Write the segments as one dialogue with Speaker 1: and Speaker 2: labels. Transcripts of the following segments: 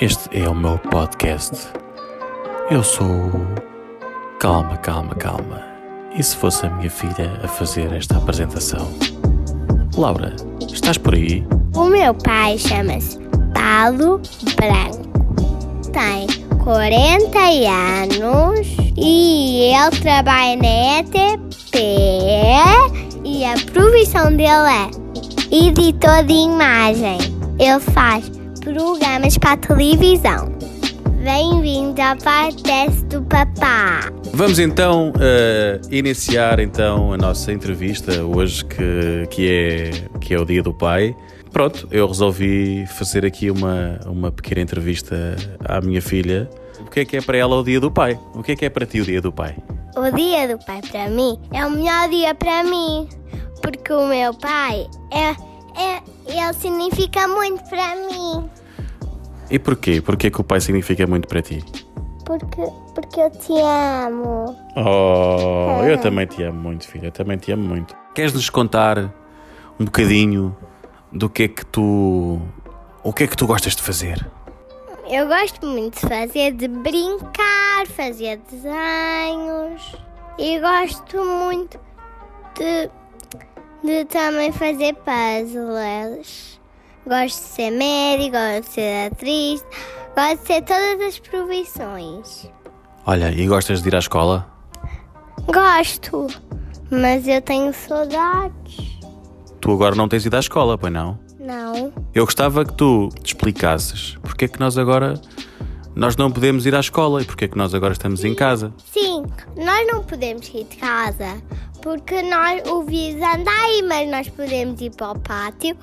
Speaker 1: Este é o meu podcast. Eu sou. o- Calma, calma, calma. E se fosse a minha filha a fazer esta apresentação? Laura, estás por aí?
Speaker 2: O meu pai chama-se Paulo Branco. Tem 40 anos e ele trabalha na ETP e a profissão dele é editor de imagem. Ele faz programas para a televisão. Bem-vindo ao podcast do papá.
Speaker 1: Vamos então eh, iniciar então a nossa entrevista hoje que, que, é, que é o dia do pai. Pronto, eu resolvi fazer aqui uma, uma pequena entrevista à minha filha. O que é que é para ela o dia do pai? O que é que é para ti o dia do pai?
Speaker 2: O dia do pai para mim é o melhor dia para mim, porque o meu pai é, é ele significa muito para mim,
Speaker 1: E porquê? Porquê que o pai significa muito para ti?
Speaker 2: porque porque eu te amo.
Speaker 1: Oh, eu também te amo muito, filha. Eu também te amo muito. Queres-nos contar um bocadinho do que é que tu. O que é que tu gostas de fazer?
Speaker 2: Eu gosto muito de fazer de brincar, fazer desenhos e gosto muito de, de também fazer puzzles. Gosto de ser médico, gosto de ser atriz, gosto de ser todas as profissões.
Speaker 1: Olha, e gostas de ir à escola?
Speaker 2: Gosto, mas eu tenho saudades.
Speaker 1: Tu agora não tens ido à escola, pois não?
Speaker 2: Não.
Speaker 1: Eu gostava que tu te explicasses porque é que nós agora. Nós não podemos ir à escola e porque é que nós agora estamos em casa.
Speaker 2: Sim, nós não podemos ir de casa porque nós o vírus anda aí, mas nós podemos ir para o pátio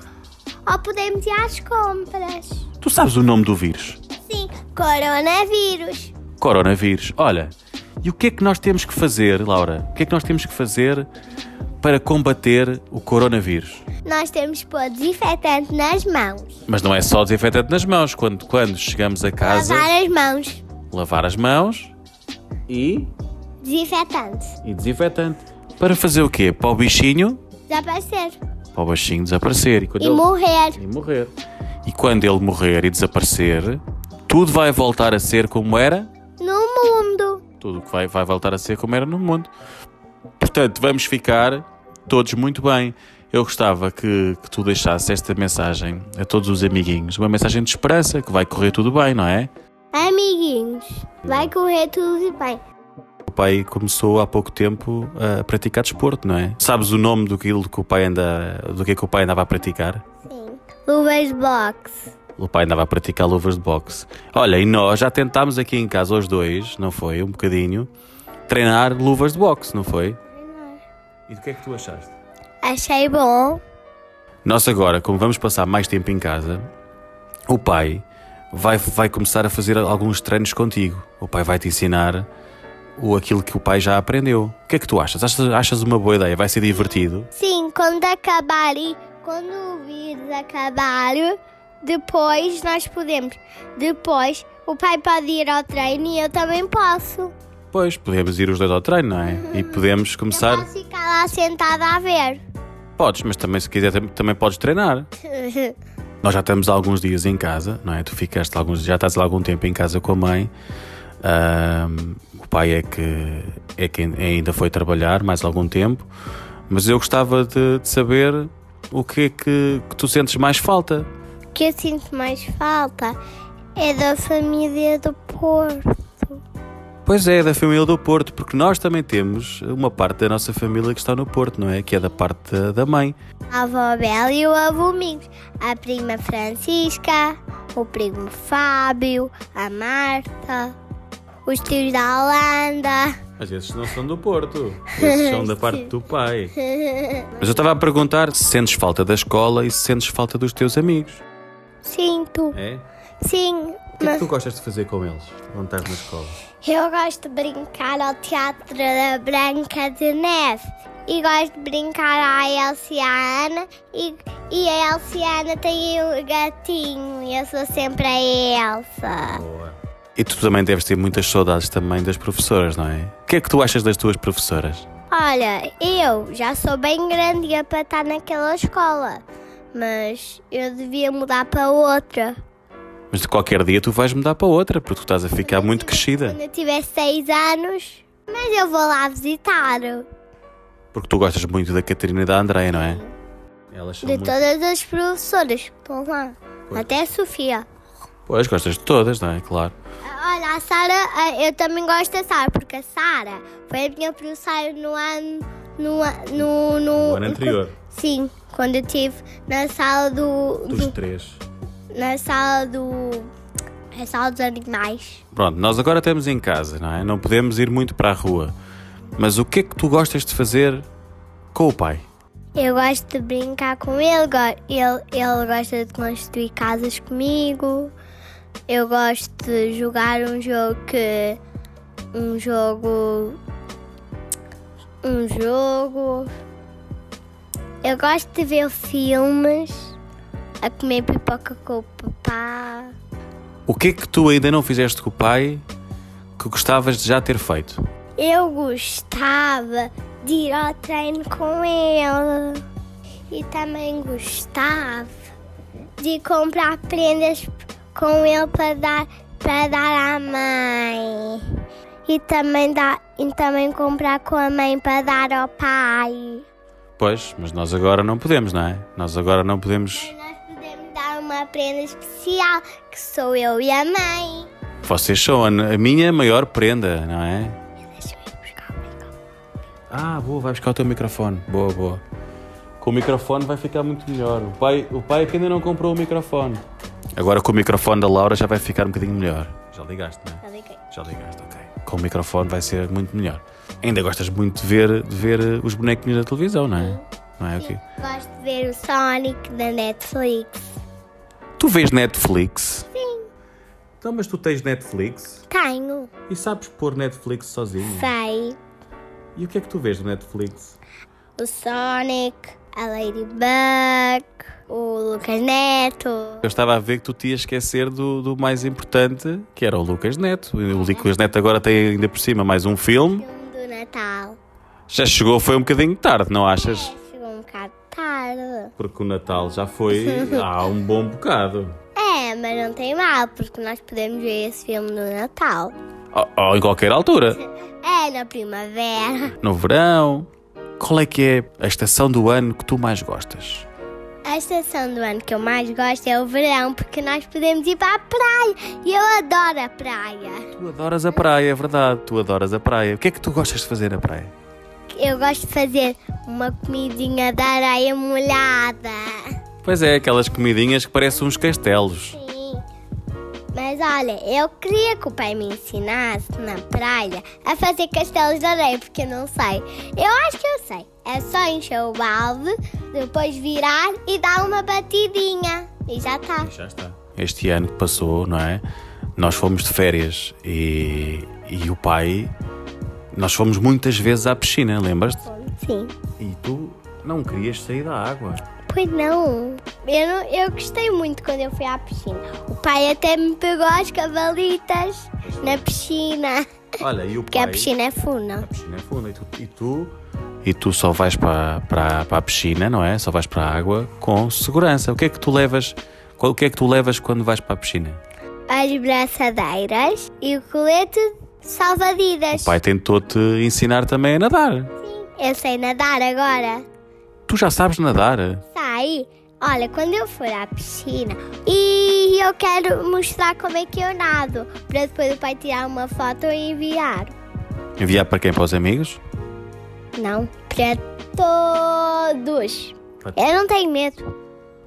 Speaker 2: ou podemos ir às compras.
Speaker 1: Tu sabes o nome do vírus?
Speaker 2: Sim, coronavírus.
Speaker 1: coronavírus. Olha, e o que é que nós temos que fazer, Laura? O que é que nós temos que fazer para combater o coronavírus?
Speaker 2: Nós temos que pôr desinfetante nas mãos,
Speaker 1: Mas não é só desinfetante nas mãos. Quando, quando chegamos a casa, lavar,
Speaker 2: lavar as mãos,
Speaker 1: as mãos e,
Speaker 2: desinfetante,
Speaker 1: e desinfetante. Para fazer o quê? Para o bichinho?
Speaker 2: desaparecer
Speaker 1: Para o bichinho desaparecer. E, quando
Speaker 2: e
Speaker 1: ele-
Speaker 2: morrer.
Speaker 1: e morrer. E quando ele morrer e desaparecer, tudo vai voltar a ser como era?
Speaker 2: No mundo,
Speaker 1: tudo o que vai, vai voltar a ser como era no mundo. Portanto, vamos ficar todos muito bem. Eu gostava que, que tu deixasse esta mensagem a todos os amiguinhos. Uma mensagem de esperança, que vai correr tudo bem, não é?
Speaker 2: amiguinhos, vai correr tudo bem.
Speaker 1: O pai começou há pouco tempo a praticar desporto, não é? Sabes o nome do que, que o pai anda, do que é que o pai andava a praticar?
Speaker 2: Sim. Luvas box.
Speaker 1: O pai andava a praticar luvas de boxe. Olha, e nós já tentámos aqui em casa os dois, não foi? Um bocadinho, treinar luvas de boxe, não foi? E do que é que tu achaste?
Speaker 2: Achei bom.
Speaker 1: Nós agora, como vamos passar mais tempo em casa, o pai vai, vai começar a fazer alguns treinos contigo. O pai vai te ensinar o, aquilo que o pai já aprendeu. O que é que tu achas? Achas, achas uma boa ideia? Vai ser divertido?
Speaker 2: Sim, quando acabar e quando o vírus acabar, depois nós podemos. Depois o pai pode ir ao treino e eu também posso.
Speaker 1: Pois, podemos ir os dois ao treino, não é? E podemos
Speaker 2: Eu
Speaker 1: começar.
Speaker 2: posso ficar lá sentada a ver.
Speaker 1: Podes, mas também, se quiser, tam- também podes treinar. Nós já estamos há alguns dias em casa, não é? Tu ficaste alguns, já estás há algum tempo em casa com a mãe. Ahm, o pai é que, é que ainda foi trabalhar mais algum tempo. Mas eu gostava de, de saber o que é que, que tu sentes mais falta.
Speaker 2: o que eu sinto mais falta é da família do Porto.
Speaker 1: Pois é, da família do Porto, porque nós também temos uma parte da nossa família que está no Porto, não é? Que é da parte da, da mãe.
Speaker 2: A avó Bela e o avô Mingos, a prima Francisca, o primo Fábio, a Marta, os tios da Holanda.
Speaker 1: Mas esses não são do Porto, esses são da parte do pai. Mas eu estava a perguntar se sentes falta da escola e se sentes falta dos teus amigos.
Speaker 2: Sinto,
Speaker 1: É?
Speaker 2: sim,
Speaker 1: O que é que tu gostas de fazer com eles quando estás na escola?
Speaker 2: eu gosto de brincar ao Teatro da Branca de Neve. E gosto de brincar à Elciana e, e a Elciana tem o gatinho e eu sou sempre a Elsa.
Speaker 1: Boa. E tu também deves ter muitas saudades também das professoras, não é? O que é que tu achas das tuas professoras?
Speaker 2: Olha, eu já sou bem grande para estar naquela escola, mas eu devia mudar para outra.
Speaker 1: Mas de qualquer dia tu vais mudar para outra, porque tu estás a ficar muito crescida.
Speaker 2: Quando eu tiver seis anos. Mas eu vou lá visitar.
Speaker 1: Porque tu gostas muito da Catarina e da Andréia, não é? Elas são
Speaker 2: De
Speaker 1: muito...
Speaker 2: todas as professoras que estão lá. Até a Sofia.
Speaker 1: Pois, gostas de todas, não é? Claro.
Speaker 2: Olha, a Sara, a- eu também gosto da Sara, porque a Sara foi a minha professora no ano. No, a- no, no,
Speaker 1: ano anterior.
Speaker 2: Sim, quando eu estive na sala do.
Speaker 1: Dos
Speaker 2: do-
Speaker 1: três.
Speaker 2: na sala do. Na sala dos animais.
Speaker 1: Pronto, nós agora estamos em casa, não é? Não podemos ir muito para a rua. Mas o que é que tu gostas de fazer com o pai?
Speaker 2: Eu gosto de brincar com ele, go- ele, ele gosta de construir casas comigo. Eu gosto de jogar um jogo que. Um jogo. Um jogo. Eu gosto de ver filmes, a comer pipoca com o papá.
Speaker 1: O que é que tu ainda não fizeste com o pai que gostavas de já ter feito?
Speaker 2: Eu gostava de ir ao treino com ele. E também gostava de comprar prendas com ele para dar, para dar à mãe. E também, dar, e também comprar com a mãe para dar ao pai.
Speaker 1: Pois, mas nós agora não podemos, não é? Nós agora não podemos.
Speaker 2: Nós podemos dar uma prenda especial, que sou eu e a mãe.
Speaker 1: Vocês são a, a minha maior prenda, não é?
Speaker 2: Deixa eu ir buscar o microfone.
Speaker 1: Ah, boa, vai buscar o teu microfone. Boa, boa. Com o microfone vai ficar muito melhor. O pai, o pai é que ainda não comprou o microfone. Agora com o microfone da Laura já vai ficar um bocadinho melhor. Já ligaste, não é?
Speaker 2: Já liguei.
Speaker 1: Já ligaste, ok. Com o microfone vai ser muito melhor. Ainda gostas muito de ver, de ver eh, os bonequinhos da televisão, não é? Não é o quê?
Speaker 2: Gosto de ver o Sonic da Netflix.
Speaker 1: Tu vês Netflix?
Speaker 2: Sim.
Speaker 1: Então, mas tu tens Netflix
Speaker 2: Tenho.
Speaker 1: e sabes pôr Netflix sozinho.
Speaker 2: Sei.
Speaker 1: E o que é que tu vês do Netflix?
Speaker 2: O Sonic, a Ladybug, o Lucas Neto.
Speaker 1: Eu estava a ver que tu te ias esquecer do, do mais importante, que era o Lucas Neto. O Lucas Neto agora tem ainda por cima mais um filme.
Speaker 2: Filme do Natal.
Speaker 1: Já chegou, foi um bocadinho tarde, não achas?
Speaker 2: Chegou um bocado tarde.
Speaker 1: Porque o Natal já foi há um bom bocado.
Speaker 2: É, mas não tem mal, porque nós podemos ver esse filme no Natal.
Speaker 1: Ou, ou em qualquer altura.
Speaker 2: É, na primavera.
Speaker 1: No verão. Qual é que é a estação do ano que tu mais gostas?
Speaker 2: A estação do ano que eu mais gosto é o verão, porque nós podemos ir para a praia. E eu adoro a praia.
Speaker 1: Tu adoras a praia, é verdade. Tu adoras a praia. O que é que tu gostas de fazer na praia?
Speaker 2: Eu gosto de fazer uma comidinha de areia molhada.
Speaker 1: Pois é, aquelas comidinhas que parecem uns castelos.
Speaker 2: Sim. Mas olha, eu queria que o pai me ensinasse na praia a fazer castelos de areia, porque eu não sei. Eu acho que eu sei. É só encher o balde, depois virar e dar uma batidinha. E já tá.
Speaker 1: Já está. Este ano que passou, não é? Nós fomos de férias e, e o pai. Nós fomos muitas vezes à piscina, lembras-te?
Speaker 2: Sim.
Speaker 1: E tu não querias sair da água.
Speaker 2: Pois não. Eu, não- eu gostei muito quando eu fui à piscina. O pai até me pegou as cavalitas na piscina.
Speaker 1: Olha, e o
Speaker 2: Porque a piscina é funda.
Speaker 1: piscina é funda e tu, e tu e tu só vais para, para, para a piscina, não é? Só vais para a água com segurança. O que é que tu levas? qual- O que é que tu levas quando vais para a piscina?
Speaker 2: As braçadeiras e o colete salva-vidas.
Speaker 1: O pai tentou-te ensinar também a nadar.
Speaker 2: Eu sei nadar agora.
Speaker 1: Tu já sabes nadar.
Speaker 2: Sai. Olha, quando eu for à piscina e eu quero mostrar como é que eu nado, para depois o pai tirar uma foto e enviar.
Speaker 1: Enviar para quem? Para os amigos?
Speaker 2: Não, para todos.
Speaker 1: Para
Speaker 2: Eu não tenho medo.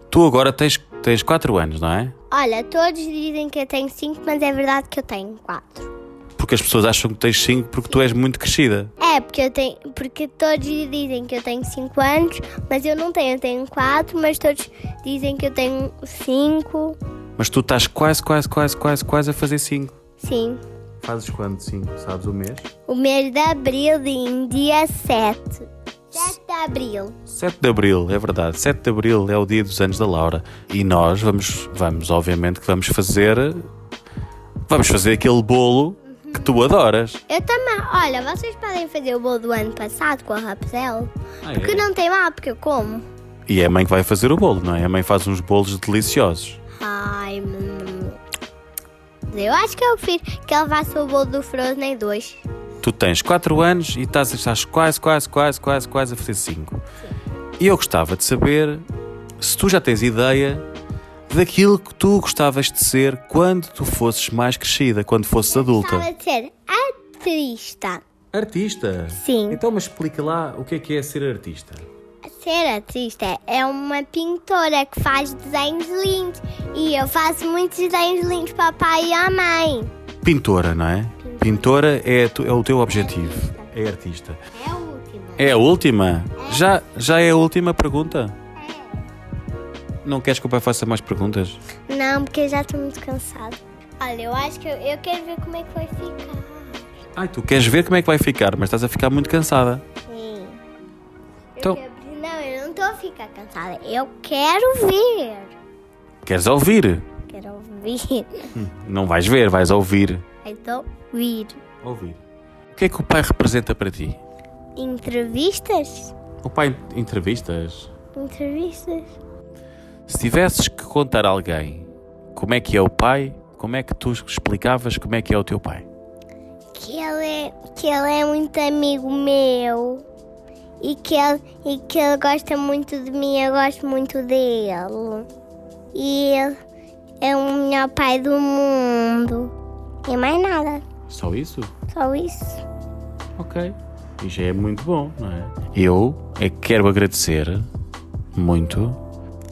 Speaker 1: Tu agora tens, tens 4 anos, não é?
Speaker 2: Olha, todos dizem que eu tenho cinco, mas é verdade que eu tenho quatro.
Speaker 1: Porque as pessoas acham que tens 5 porque tu és muito crescida.
Speaker 2: É, porque eu tenho, porque todos dizem que eu tenho cinco anos, mas eu não tenho, eu tenho quatro, mas todos dizem que eu tenho cinco.
Speaker 1: Mas tu estás quase, quase, quase, quase, quase a fazer 5.
Speaker 2: Sim.
Speaker 1: Fazes quando 5? Sabes o mês?
Speaker 2: O mês de abril, em dia 7. 7 de abril.
Speaker 1: 7 de Abril, é verdade. 7 de Abril é o dia dos anos da Laura. E nós vamos, vamos obviamente que vamos fazer. Vamos fazer aquele bolo que tu adoras.
Speaker 2: Eu também. Olha, vocês podem fazer o bolo do ano passado com a Rapsel. Porque não tem mal, porque eu como.
Speaker 1: E é a mãe que vai fazer o bolo, não é? A mãe faz uns bolos deliciosos.
Speaker 2: Ai, hum, Eu acho que eu prefiro que ele vá ser o bolo do Frozen 2.
Speaker 1: Tu tens 4 anos e estás, estás quase, quase, quase, quase, quase a fazer 5. E eu gostava de saber se tu já tens ideia daquilo que tu gostavas de ser quando tu fosses mais crescida, quando fosses adulta.
Speaker 2: Estava a ser atrista.
Speaker 1: Artista?
Speaker 2: Sim.
Speaker 1: Então, mas explica lá o que é que é ser artista.
Speaker 2: Ser artista é uma pintora que faz desenhos lindos e eu faço muitos desenhos lindos para o pai e a mãe.
Speaker 1: Pintora, não é? Pintora é, tu- é o teu objetivo. É artista.
Speaker 2: É a última.
Speaker 1: É a última? Já, já é a última pergunta?
Speaker 2: É.
Speaker 1: Não queres que o pai faça mais perguntas?
Speaker 2: Não, porque eu já estou muito cansado. Olha, eu acho que eu, eu quero ver como é que vai ficar.
Speaker 1: Ai, tu queres ver como é que vai ficar, mas estás a ficar muito cansada.
Speaker 2: Sim.
Speaker 1: Então-
Speaker 2: Eu quero- Não, eu não estou a ficar cansada. Eu quero ver.
Speaker 1: Queres ouvir?
Speaker 2: Quero ouvir.
Speaker 1: Não vais ver, vais ouvir.
Speaker 2: Então, vir.
Speaker 1: Ouvir. O que é que o pai representa para ti?
Speaker 2: Entrevistas?
Speaker 1: O pai em- entrevistas.
Speaker 2: Entrevistas?
Speaker 1: Se tivesses que contar a alguém como é que é o pai, como é que tu explicavas como é que é o teu pai?
Speaker 2: que ele é, que ele é muito amigo meu e que, ele, e que ele gosta muito de mim, eu gosto muito dele. E ele é o melhor pai do mundo. E mais nada,
Speaker 1: Só isso?
Speaker 2: só isso.
Speaker 1: Ok. E já é muito bom, não é? Eu é que quero agradecer muito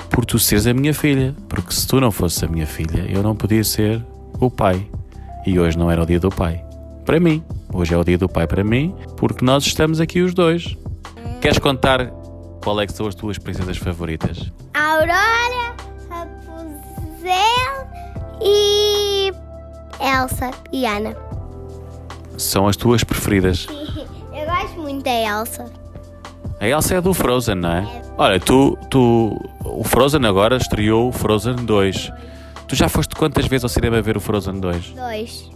Speaker 1: por tu seres a minha filha. Porque se tu não fosses a minha filha, eu não podia ser o pai. E hoje não era o dia do pai. Para mim. Hoje é o dia do pai para mim, porque nós estamos aqui os dois. Queres contar qual é que são as tuas princesas favoritas?
Speaker 2: Aurora, Rapunzel e Elsa e Ana.
Speaker 1: São as tuas preferidas.
Speaker 2: Eu gosto muito da Elsa.
Speaker 1: A Elsa é do Frozen, não é? Olha, tu, tu. O Frozen agora estreou o Frozen 2. Tu já foste quantas vezes ao cinema ver o Frozen 2?
Speaker 2: Dois.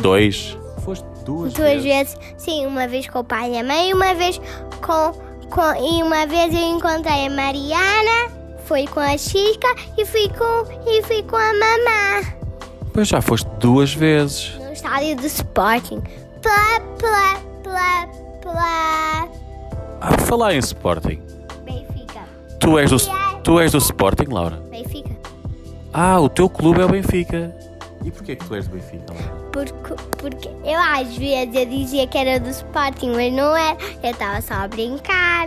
Speaker 1: Dois? Foste duas,
Speaker 2: Duas vezes, sim, uma vez com o pai e a mãe, uma vez com, com- E uma vez eu encontrei a Mariana, fui com a Chica e fui com, e fui com a mamá.
Speaker 1: Pois já foste duas vezes.
Speaker 2: No estádio do Sporting. Plá, plá, plá, plá.
Speaker 1: A Ah, falar em Sporting.
Speaker 2: Benfica.
Speaker 1: Tu és do, tu és do Sporting, Laura?
Speaker 2: Benfica.
Speaker 1: Ah, o teu clube é o Benfica. E porquê que tu és do Benfica, Laura?
Speaker 2: Porque, porque eu às vezes eu dizia que era do Sporting, mas não era. Eu estava só a brincar.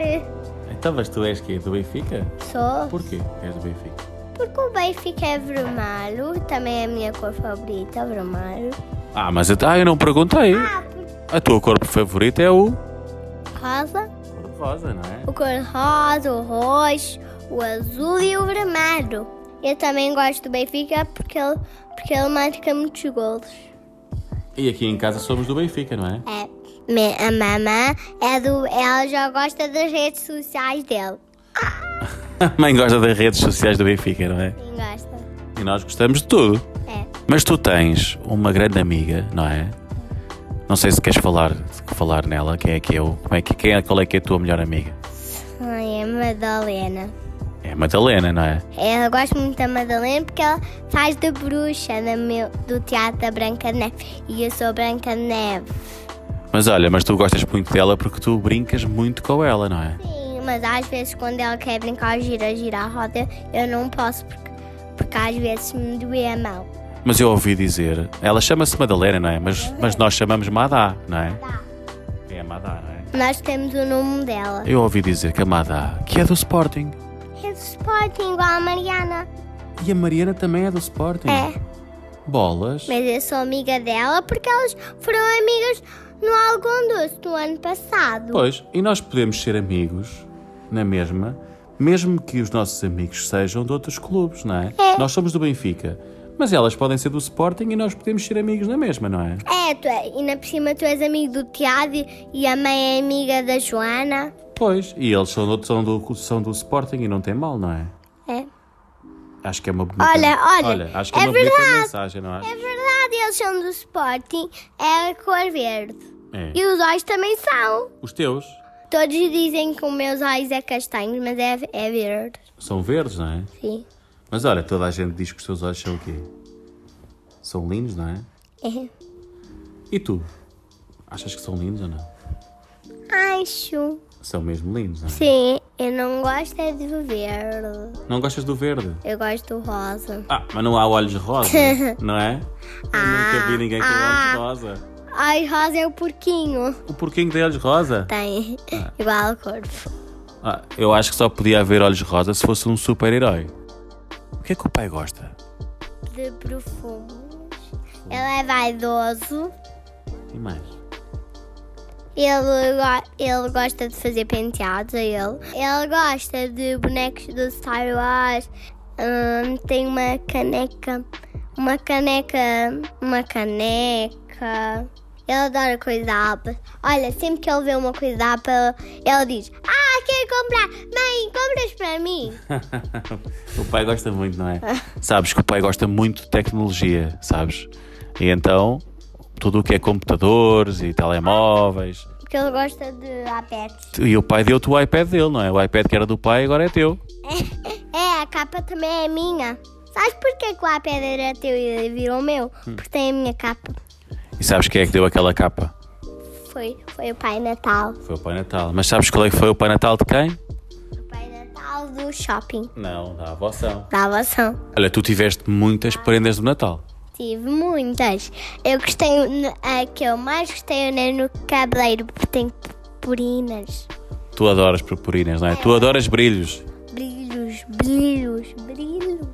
Speaker 1: Então, mas tu és quê? Do Benfica?
Speaker 2: Só.
Speaker 1: Porquê que és do Benfica?
Speaker 2: Porque o Benfica é vermelho, também é a minha cor favorita, vermelho.
Speaker 1: Ah, mas eu, ah, eu não perguntei.
Speaker 2: Ah, porque
Speaker 1: A tua cor favorita é o.
Speaker 2: rosa,
Speaker 1: Corvosa, não é?
Speaker 2: o cor rosa, o roxo, o azul e o vermelho. Eu também gosto do Benfica porque ele, porque ele marca muitos golos.
Speaker 1: E aqui em casa somos do Benfica, não é?
Speaker 2: É, me- a mamã é do, ela já gosta das redes sociais dele.
Speaker 1: A mãe gosta das redes sociais do Benfica, não é?
Speaker 2: Quem gosta?
Speaker 1: E nós gostamos de tudo.
Speaker 2: É.
Speaker 1: Mas tu tens uma grande amiga, não é? Não sei se queres falar, falar nela, quem é que é o, como é que, quem é, qual é que é a tua melhor amiga?
Speaker 2: Ai, é a Madalena.
Speaker 1: É a Madalena, não é?
Speaker 2: Eu gosto muito da Madalena porque ela faz de bruxa no meu, do teatro da Branca de Neve. E eu sou Branca de Neve.
Speaker 1: Mas olha, mas tu gostas muito dela porque tu brincas muito com ela, não é?
Speaker 2: Sim, mas às vezes quando ela quer brincar gira, gira a roda, eu não posso porque, porque às vezes me doe a mão.
Speaker 1: Mas eu ouvi dizer, ela chama-se Madalena, não é? Mas, mas nós chamamos Madá, não é? É a Madá, não é?
Speaker 2: Nós temos o nome dela.
Speaker 1: Eu ouvi dizer que a Madá, que é do Sporting.
Speaker 2: É do Sporting, igual a Mariana.
Speaker 1: E a Mariana também é do Sporting.
Speaker 2: É,
Speaker 1: Bolas.
Speaker 2: mas eu sou amiga dela porque elas foram amigas no Algon Doce no ano passado.
Speaker 1: Pois, e nós podemos ser amigos na mesma, mesmo que os nossos amigos sejam de outros clubes, não é?
Speaker 2: É.
Speaker 1: Nós somos do Benfica, mas elas podem ser do Sporting e nós podemos ser amigos na mesma, não é?
Speaker 2: É, tu é, e na por cima tu és amigo do Tiago e- e a mãe é amiga da Joana.
Speaker 1: Pois, e eles são do, são do, são do Sporting e não tem mal, não é?
Speaker 2: É.
Speaker 1: Acho que é uma bonita,
Speaker 2: Olha, olha,
Speaker 1: acho que é,
Speaker 2: é
Speaker 1: uma bonita
Speaker 2: verdade.
Speaker 1: mensagem, não
Speaker 2: É
Speaker 1: é?
Speaker 2: verdade, eles são do Sporting, é a cor verde.
Speaker 1: É.
Speaker 2: E os olhos também são.
Speaker 1: Os teus
Speaker 2: Todos dizem que os meus olhos é castanhos, mas é, é verde.
Speaker 1: são verdes, não é?
Speaker 2: Sim.
Speaker 1: Mas olha, toda a gente diz que os teus olhos são o quê? São lindos, não é?
Speaker 2: É.
Speaker 1: E tu? Achas que são lindos ou não?
Speaker 2: É. Acho.
Speaker 1: São mesmo lindos, não é?
Speaker 2: Sim, eu não gosto é de verde.
Speaker 1: Não gostas do verde?
Speaker 2: Eu gosto do rosa.
Speaker 1: Ah, mas não há olhos rosa, não é? Eu nunca vi ninguém com
Speaker 2: ah.
Speaker 1: olhos rosa.
Speaker 2: Ai, rosa é o porquinho.
Speaker 1: O porquinho tem olhos rosa?
Speaker 2: Tem. Igual ao corpo.
Speaker 1: Ah, eu acho que só podia haver olhos rosa se fosse um super-herói. O que é que o pai gosta?
Speaker 2: De perfumes. Ele é vaidoso.
Speaker 1: E mais?
Speaker 2: Ele, go- ele gosta de fazer penteados a ele. Ele gosta de bonecos do Star Wars. Hum, tem uma caneca. Uma caneca. Uma caneca. Ele adora coisa da Apple. Olha, sempre que ele vê uma coisa da Apple, ele diz: Ah, quero comprar! Mãe, compras para mim?
Speaker 1: o pai gosta muito, não é?
Speaker 2: Ah.
Speaker 1: sabes que o pai gosta muito de tecnologia, sabes? E então, tudo o que é computadores e telemóveis.
Speaker 2: Porque ele gosta de apetes.
Speaker 1: E o pai deu-te o iPad dele, não é? O iPad que era do pai agora é teu.
Speaker 2: É, a capa também é minha. Sabes porquê que o iPad era teu e ele virou meu? Porque tem a minha capa.
Speaker 1: E sabes quem é que deu aquela capa?
Speaker 2: Foi, foi o Pai Natal.
Speaker 1: Foi o Pai Natal. Mas sabes qual é que foi o Pai Natal de quem?
Speaker 2: O Pai Natal do shopping.
Speaker 1: Não, da avóção.
Speaker 2: Da Avação.
Speaker 1: Olha, tu tiveste muitas prendas do Natal.
Speaker 2: Tive muitas. Eu gostei, a que eu mais gostei é no cabeleiro, porque tem purpurinas.
Speaker 1: Tu adoras purpurinas, não é? Tu adoras brilhos.
Speaker 2: Brilhos, brilhos, brilhos.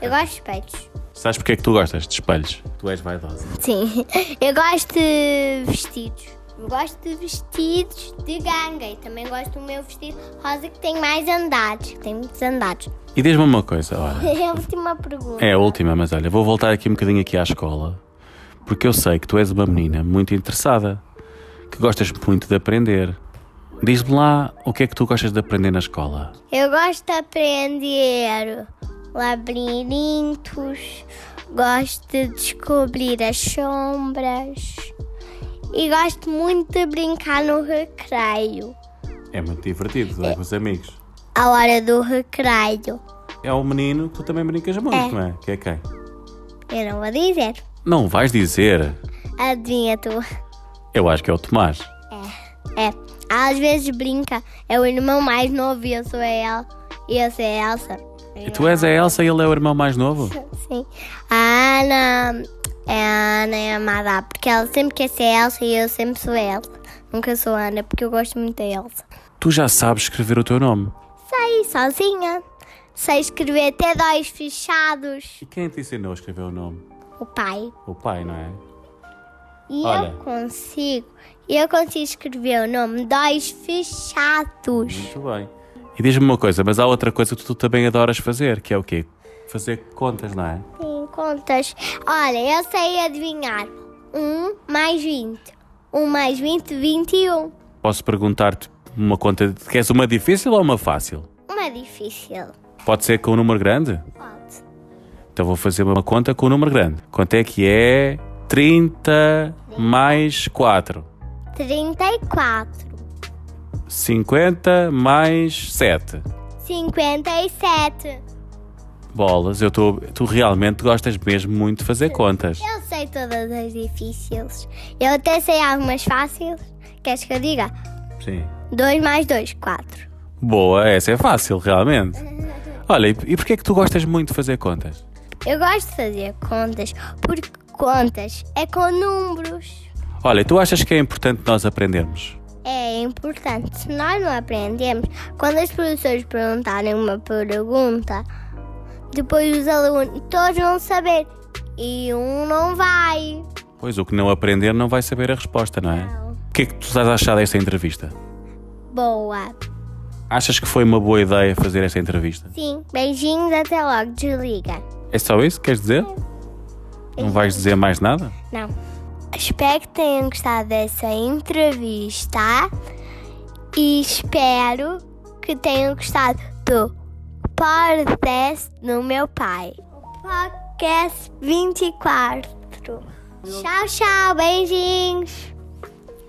Speaker 2: Eu gosto de espelhos.
Speaker 1: Sabes porque é que tu gostas de espelhos? Tu és vaidosa.
Speaker 2: Sim. Eu gosto de vestidos. Eu gosto de vestidos de ganga e também gosto do meu vestido rosa que tem mais andares, que tem muitos andares.
Speaker 1: E diz-me uma coisa, olha.
Speaker 2: É a última pergunta.
Speaker 1: É a última, mas olha, vou voltar aqui um bocadinho aqui à escola, porque eu sei que tu és uma menina muito interessada, que gostas muito de aprender. Diz-me lá o que é que tu gostas de aprender na escola.
Speaker 2: Eu gosto de aprender labirintos, gosto de descobrir as sombras e gosto muito de brincar no recreio.
Speaker 1: É muito divertido, tu vais com os amigos.
Speaker 2: A hora do recreio.
Speaker 1: É um menino que tu também brincas muito,
Speaker 2: É.
Speaker 1: não é? Que é quem?
Speaker 2: Eu não vou dizer.
Speaker 1: Não vais dizer.
Speaker 2: Adivinha tu.
Speaker 1: Eu acho que é o Tomás.
Speaker 2: É. Às vezes brinca. É o irmão mais novo e eu sou a El. E eu sou a Elsa.
Speaker 1: E tu és a Elsa e ele é o irmão mais novo?
Speaker 2: Sim. A Ana é a Ana é amada porque ela sempre quer ser Elsa e eu sempre sou ela. Nunca sou a Ana porque eu gosto muito da Elsa.
Speaker 1: Tu já sabes escrever o teu nome.
Speaker 2: Sei, sozinha. Sei escrever até dois fechados.
Speaker 1: E quem te ensinou a escrever o nome?
Speaker 2: O pai.
Speaker 1: O pai, não é?
Speaker 2: E
Speaker 1: Olha.
Speaker 2: eu consigo. Eu consigo escrever o nome dois fechados.
Speaker 1: Muito bem. E diz-me uma coisa, mas há outra coisa que tu também adoras fazer, que é o quê? Fazer contas, não é?
Speaker 2: Tem contas. Olha, eu sei adivinhar. Um mais 20. Um mais 20, 21.
Speaker 1: Posso perguntar-te uma conta, de- queres uma difícil ou uma fácil?
Speaker 2: Uma difícil.
Speaker 1: Pode ser com um número grande?
Speaker 2: Pode.
Speaker 1: Então vou fazer uma conta com um número grande. Quanto é que é 30 mais 4?
Speaker 2: 34,
Speaker 1: 50 mais 7.
Speaker 2: 57.
Speaker 1: Bolas, eu tô, tu realmente gostas mesmo muito de fazer contas.
Speaker 2: Eu sei todas as difíceis. Eu até sei algumas fáceis. Queres que eu diga?
Speaker 1: Sim.
Speaker 2: 2 mais 2, 4.
Speaker 1: Boa, essa é fácil, realmente. Olha, e, e porquê é que tu gostas muito de fazer contas?
Speaker 2: Eu gosto de fazer contas porque contas é com números.
Speaker 1: Olha, tu achas que é importante nós aprendermos?
Speaker 2: É importante. Se nós não aprendemos, quando as professores perguntarem uma pergunta, depois os alunos todos vão saber e um não vai.
Speaker 1: Pois, o que não aprender não vai saber a resposta, não é?
Speaker 2: Não.
Speaker 1: O que é que tu estás a achar desta entrevista?
Speaker 2: Boa.
Speaker 1: Achas que foi uma boa ideia fazer esta entrevista?
Speaker 2: Sim. Beijinhos, até logo. Desliga.
Speaker 1: É só isso que queres dizer? Não vais dizer mais nada?
Speaker 2: Não. Espero que tenham gostado dessa entrevista e espero que tenham gostado do podcast do meu pai. Podcast 24. Tchau, tchau, beijinhos.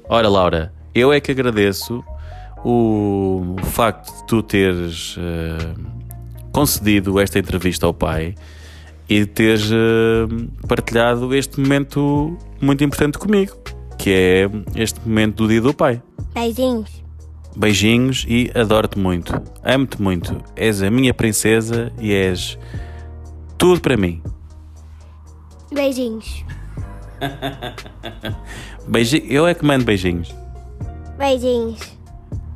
Speaker 1: Ora, Laura, eu é que agradeço o facto de tu teres eh, concedido esta entrevista ao pai e teres eh, partilhado este momento muito importante comigo, que é este momento do dia do pai.
Speaker 2: Beijinhos.
Speaker 1: Beijinhos e adoro-te muito. Amo-te muito. És a minha princesa e és tudo para mim.
Speaker 2: Beijinhos.
Speaker 1: Beiji eu é que mando beijinhos.
Speaker 2: Beijinhos.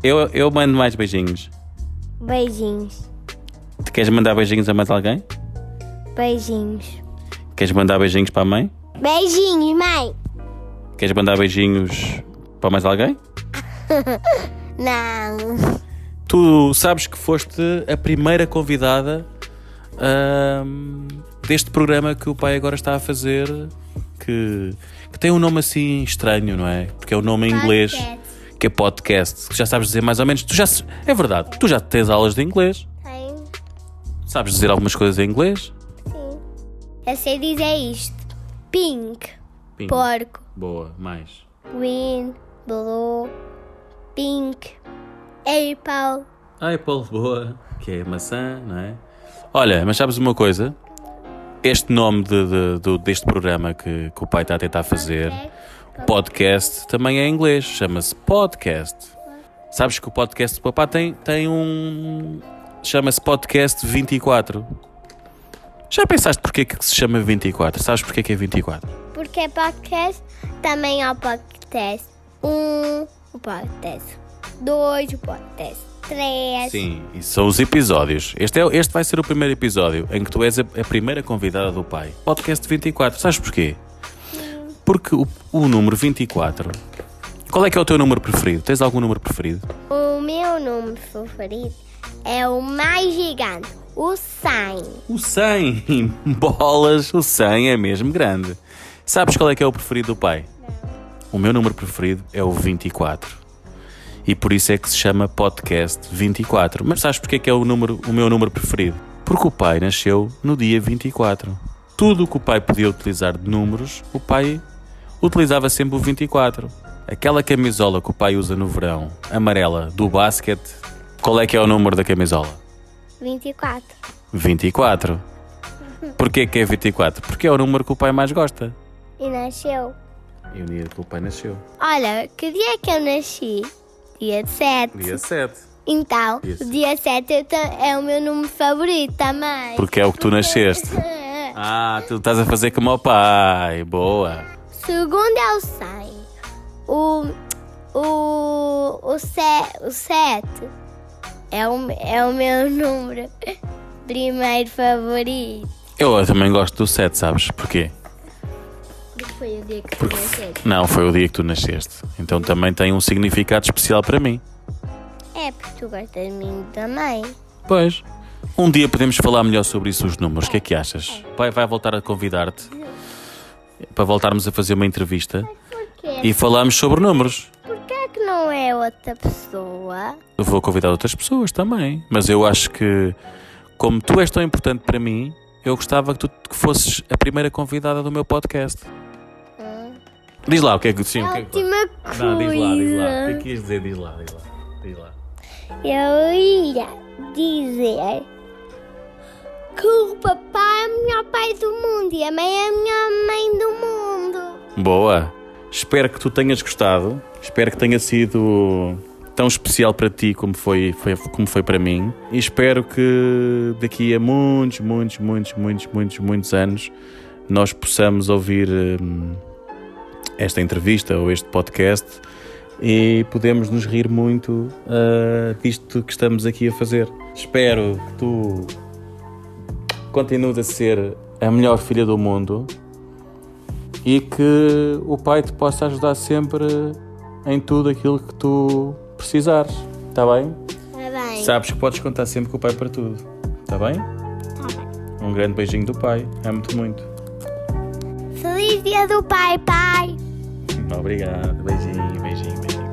Speaker 1: Eu, eu mando mais beijinhos.
Speaker 2: Beijinhos.
Speaker 1: Tu queres mandar beijinhos a mais alguém?
Speaker 2: Beijinhos.
Speaker 1: Queres mandar beijinhos para a mãe?
Speaker 2: Beijinhos, mãe.
Speaker 1: Queres mandar beijinhos para mais alguém?
Speaker 2: Não.
Speaker 1: Tu sabes que foste a primeira convidada ahm, deste programa que o pai agora está a fazer, que, que tem um nome assim estranho, não é? Porque é o nome em inglês,
Speaker 2: Podcast.
Speaker 1: que é podcast. que Já sabes dizer mais ou menos. Tu já, se- é verdade, tu já tens aulas de inglês.
Speaker 2: Tem,
Speaker 1: Sabes dizer algumas coisas em inglês?
Speaker 2: sim. Eu sei dizer isto. Pink.
Speaker 1: Pink.
Speaker 2: Porco.
Speaker 1: Boa, mais.
Speaker 2: Green. Blue. Pink. Apple.
Speaker 1: Apple, boa. Que é maçã, não é? Olha, mas sabes uma coisa? Este nome de- de- do- deste programa que, que o pai está a tentar fazer,
Speaker 2: Né?
Speaker 1: podcast, também é em inglês. Chama-se podcast. Sabes que o podcast do papá tem, tem um. Chama-se podcast 24. Já pensaste porquê que se chama 24? Sabes porquê que é 24?
Speaker 2: Porque é podcast, também há o podcast. Um, o podcast. Dois, o podcast. Três.
Speaker 1: Sim, e são os episódios. Este, é, este vai ser o primeiro episódio em que tu és a, a primeira convidada do pai. Podcast 24, sabes porquê? Porque o, o número 24. Qual é que é o teu número preferido? Tens algum número preferido?
Speaker 2: O meu número favorito é o mais gigante, o 100.
Speaker 1: O 100! Bolas, o 100 é mesmo grande. Sabes qual é que é o preferido do pai? O meu número preferido é o 24. E por isso é que se chama podcast 24. Mas sabes porque é que é o, número, o meu número preferido? Porque o pai nasceu no dia 24. Tudo o que o pai podia utilizar de números, o pai utilizava sempre o 24. Aquela camisola que o pai usa no verão, amarela, do basquete, qual é que é o número da camisola?
Speaker 2: 24.
Speaker 1: 24. Porquê que é 24? Porque é o número que o pai mais gosta.
Speaker 2: E nasceu.
Speaker 1: E o dia que o pai nasceu.
Speaker 2: Olha, que dia é que eu nasci? Dia 7.
Speaker 1: 7.
Speaker 2: Então,
Speaker 1: Dia
Speaker 2: o
Speaker 1: sete.
Speaker 2: dia 7 eu ta- é o meu número favorito tá, também.
Speaker 1: Porque é o que tu nasceste. Ah, tu estás a fazer como o pai. Boa.
Speaker 2: Segundo é o 100. O. O. O, se, o 7 é o, me- é o meu número primeiro favorito.
Speaker 1: Eu também gosto do 7, sabes? Porquê?
Speaker 2: Foi o dia que eu nasci.
Speaker 1: Não, foi o dia que tu nasceste. Então também tem um significado especial para mim.
Speaker 2: É, porque tu gostas de mim tá, também.
Speaker 1: Pois. Um dia podemos falar melhor sobre isso, os números. O que é que achas? O pai vai voltar a convidar-te para voltarmos a fazer uma entrevista
Speaker 2: Porquê?
Speaker 1: e falarmos sobre números.
Speaker 2: Porquê é que não é outra pessoa?
Speaker 1: Eu vou convidar outras pessoas também. Mas eu acho que, como tu és tão importante para mim, eu gostava que tu que fosses a primeira convidada do meu podcast. Diz lá o que é que. Sim, o
Speaker 2: A
Speaker 1: que é que-
Speaker 2: última coisa.
Speaker 1: Não, diz lá, diz lá. O que é que quis dizer? Diz lá, diz lá. Diz lá.
Speaker 2: Eu ia dizer que o papai é o melhor pai do mundo e a mãe é a melhor mãe do mundo.
Speaker 1: Boa! Espero que tu tenhas gostado. Espero que tenha sido tão especial para ti como foi, foi- como foi para mim. E espero que daqui a muitos, muitos, muitos, muitos, muitos, muitos anos nós possamos ouvir hum, esta entrevista ou este podcast e podemos nos rir muito ah, disto que estamos aqui a fazer. Espero que tu continues a ser a melhor filha do mundo e que o pai te possa ajudar sempre em tudo aquilo que tu precisares, está bem?
Speaker 2: Tá bem.
Speaker 1: Sabes que podes contar sempre com o pai para tudo, está bem?
Speaker 2: tá
Speaker 1: Um grande beijinho do pai, amo-te muito.
Speaker 2: Feliz dia do pai, pai.
Speaker 1: Obrigado, beijinho, beijinho, beijinho.